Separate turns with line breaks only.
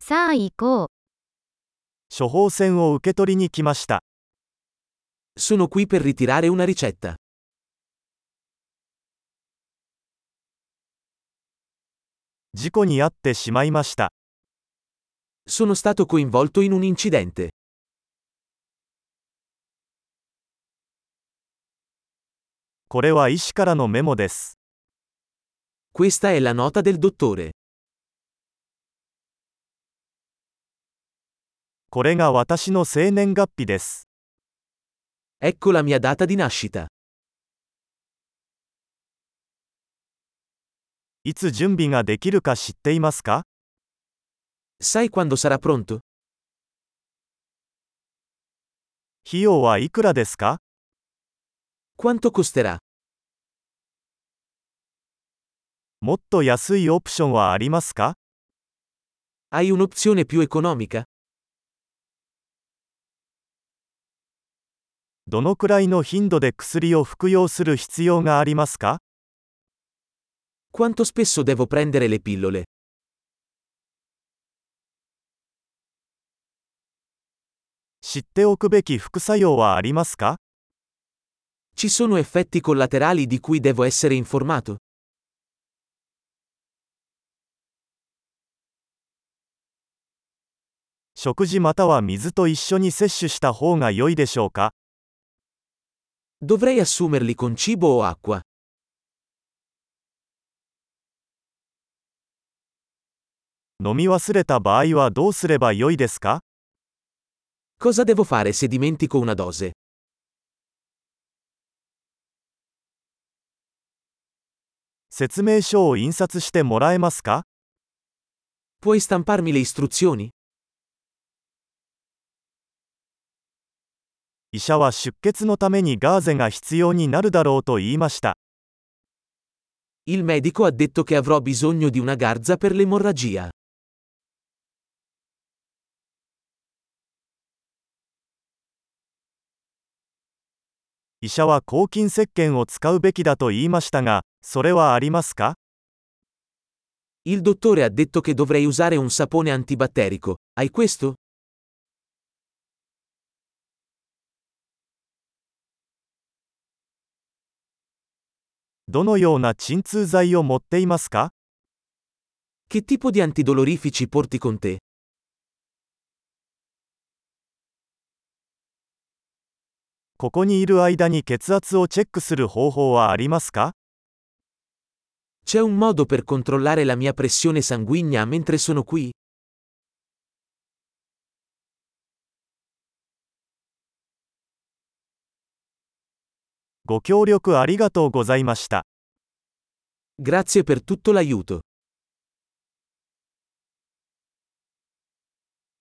さあ行こう。
処方箋を受け取りに来ました。
Sono qui per ritirare una ricetta.
事故に遭ってしまいました。
Sono stato coinvolto in un incidente.
これは医師からのメモです。
Questa è la nota del dottore.
これが私の生年月日です。
Ecco la mia data di nascita.
いつ準備ができるか知っていますか
Sai quando sarà pronto?
費用はいくらですか
Quanto costerà?
もっと安いオプションはありますか
Hai un'opzione più economica?
どのくらいの頻度で薬を服用する必要がありますか
Quanto spesso devo prendere le pillole?
知っておくべき副作用はありますか
Ci sono effetti collaterali di cui devo essere informato?
食事または水と一緒に摂取した方が良いでしょうか
Dovrei assumerli con cibo o acqua?
飲み忘れた場合はどうすれば良いですか
Cosa devo fare se dimentico una dose?
説明書を印刷してもらえますか
Puoi stamparmi le istruzioni?
医者は出血のためにガーゼが必要になるだろうと言いました。
Il medico ha detto che avrò bisogno di una garza per l'emorragia.
医者は抗菌石鹸を使うべきだと言いましたが、それはありますか
Il dottore ha detto che dovrei usare un sapone antibatterico. Hai questo?
どのような鎮痛剤を持っていますか
Che tipo di antidolorifici porti con te?
ここにいる間に血圧をチェックする方法はありますか
C'è un modo per controllare la mia pressione sanguigna mentre sono qui?
ご協力ありがとうございました。
Grazie per tutto l'aiuto.